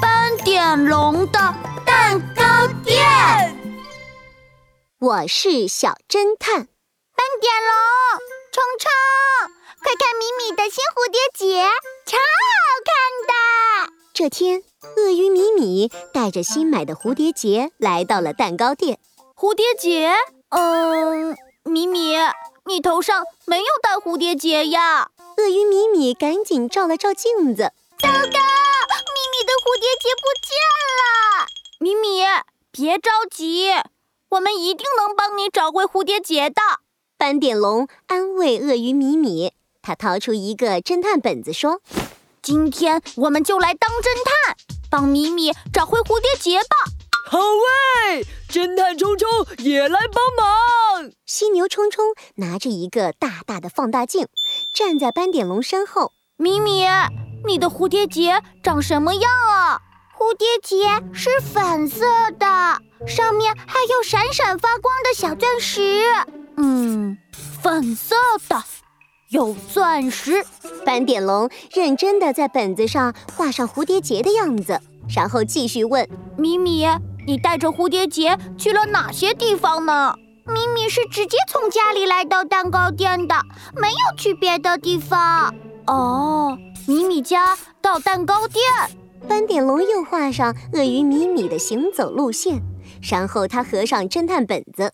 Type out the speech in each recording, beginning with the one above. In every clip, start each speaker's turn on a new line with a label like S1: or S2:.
S1: 斑点龙的蛋糕店。
S2: 我是小侦探，
S3: 斑点龙，冲冲，快看米米的新蝴蝶结，超好看的！
S2: 这天，鳄鱼米米带着新买的蝴蝶结来到了蛋糕店。
S1: 蝴蝶结？嗯，米米，你头上没有戴蝴蝶结呀？啊
S2: 鳄鱼米米赶紧照了照镜子，
S3: 糟糕，米米的蝴蝶结不见了！
S1: 米米，别着急，我们一定能帮你找回蝴蝶结的。
S2: 斑点龙安慰鳄鱼米米，他掏出一个侦探本子说：“
S1: 今天我们就来当侦探，帮米米找回蝴蝶结吧。”
S4: 好喂！侦探冲冲也来帮忙。
S2: 犀牛冲冲拿着一个大大的放大镜，站在斑点龙身后。
S1: 米米，你的蝴蝶结长什么样啊？
S3: 蝴蝶结是粉色的，上面还有闪闪发光的小钻石。
S1: 嗯，粉色的，有钻石。
S2: 斑点龙认真的在本子上画上蝴蝶结的样子，然后继续问
S1: 米米。你带着蝴蝶结去了哪些地方呢？
S3: 米米是直接从家里来到蛋糕店的，没有去别的地方。
S1: 哦，米米家到蛋糕店。
S2: 斑点龙又画上鳄鱼米米的行走路线，然后他合上侦探本子。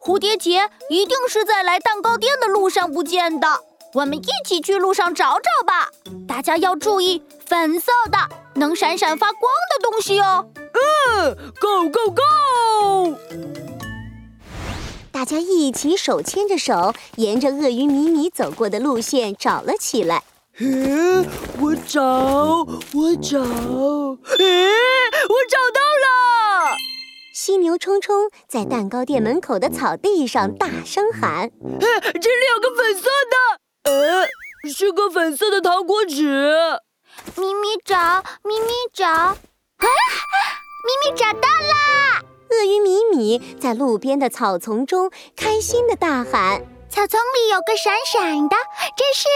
S1: 蝴蝶结一定是在来蛋糕店的路上不见的，我们一起去路上找找吧。大家要注意粉色的能闪闪发光的东西哦。
S4: Go go go！
S2: 大家一起手牵着手，沿着鳄鱼米米走过的路线找了起来。
S4: 诶，我找，我找，诶，我找到了！
S2: 犀牛冲冲在蛋糕店门口的草地上大声喊：“
S4: 诶，这里有个粉色的，诶，呃是个粉色的糖果纸。”
S3: 咪咪找，咪咪找，啊！咪咪找到啦！
S2: 鳄鱼米米在路边的草丛中开心的大喊：“
S3: 草丛里有个闪闪的，这是……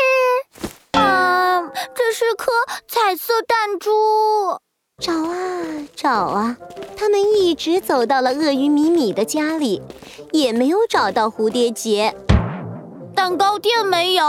S3: 嗯，这是颗彩色弹珠。”
S2: 找啊找啊，他们一直走到了鳄鱼米米的家里，也没有找到蝴蝶结。
S1: 蛋糕店没有，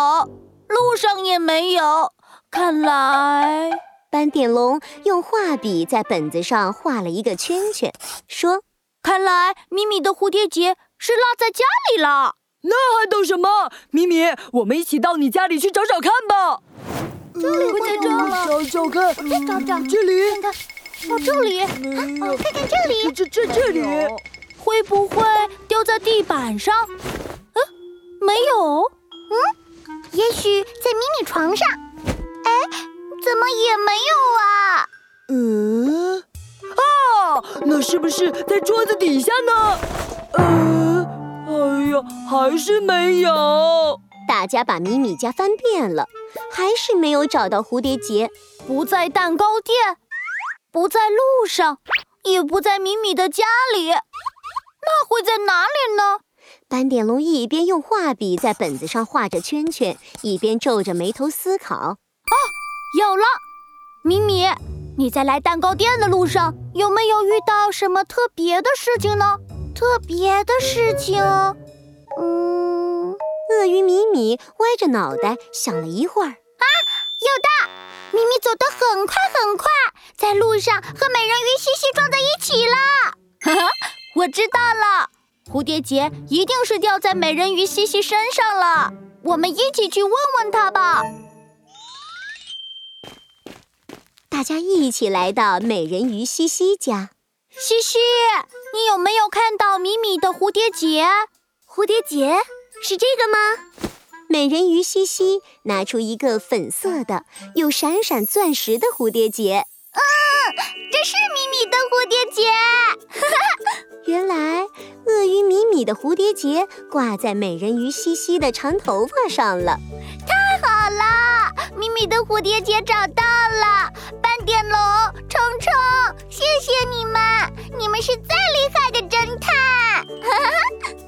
S1: 路上也没有，看来……
S2: 斑点龙用画笔在本子上画了一个圈圈，说：“
S1: 看来米米的蝴蝶结是落在家里了。
S4: 那还等什么？米米，我们一起到你家里去找找看吧。
S3: 这里不在这了，
S4: 找找看，
S3: 嗯、找找
S4: 这里，
S3: 看看，哦，这里，啊哦、看看这里，
S4: 这这这里，
S1: 会不会掉在地板上？嗯，没有。
S3: 嗯，也许在米米床上。哎。”怎么也没有啊？
S4: 嗯，啊，那是不是在桌子底下呢？呃，哎呀，还是没有。
S2: 大家把米米家翻遍了，还是没有找到蝴蝶结。
S1: 不在蛋糕店，不在路上，也不在米米的家里，那会在哪里呢？
S2: 斑点龙一边用画笔在本子上画着圈圈，一边皱着眉头思考。
S1: 啊！有了，米米，你在来蛋糕店的路上有没有遇到什么特别的事情呢？
S3: 特别的事情，嗯，
S2: 鳄鱼米米歪着脑袋想了一会儿，啊，
S3: 有的，米米走得很快很快，在路上和美人鱼西西撞在一起了。
S1: 哈哈， 我知道了，蝴蝶结一定是掉在美人鱼西西身上了，我们一起去问问她吧。
S2: 大家一起来到美人鱼西西家。
S1: 西西，你有没有看到米米的蝴蝶结？
S3: 蝴蝶结是这个吗？
S2: 美人鱼西西拿出一个粉色的、有闪闪钻石的蝴蝶结。
S3: 嗯，这是米米的蝴蝶结。
S2: 原来，鳄鱼米米的蝴蝶结挂在美人鱼西西的长头发上了。
S3: 太好了，米米的蝴蝶结找到了。斑点龙、虫虫，谢谢你们！你们是最厉害的侦探。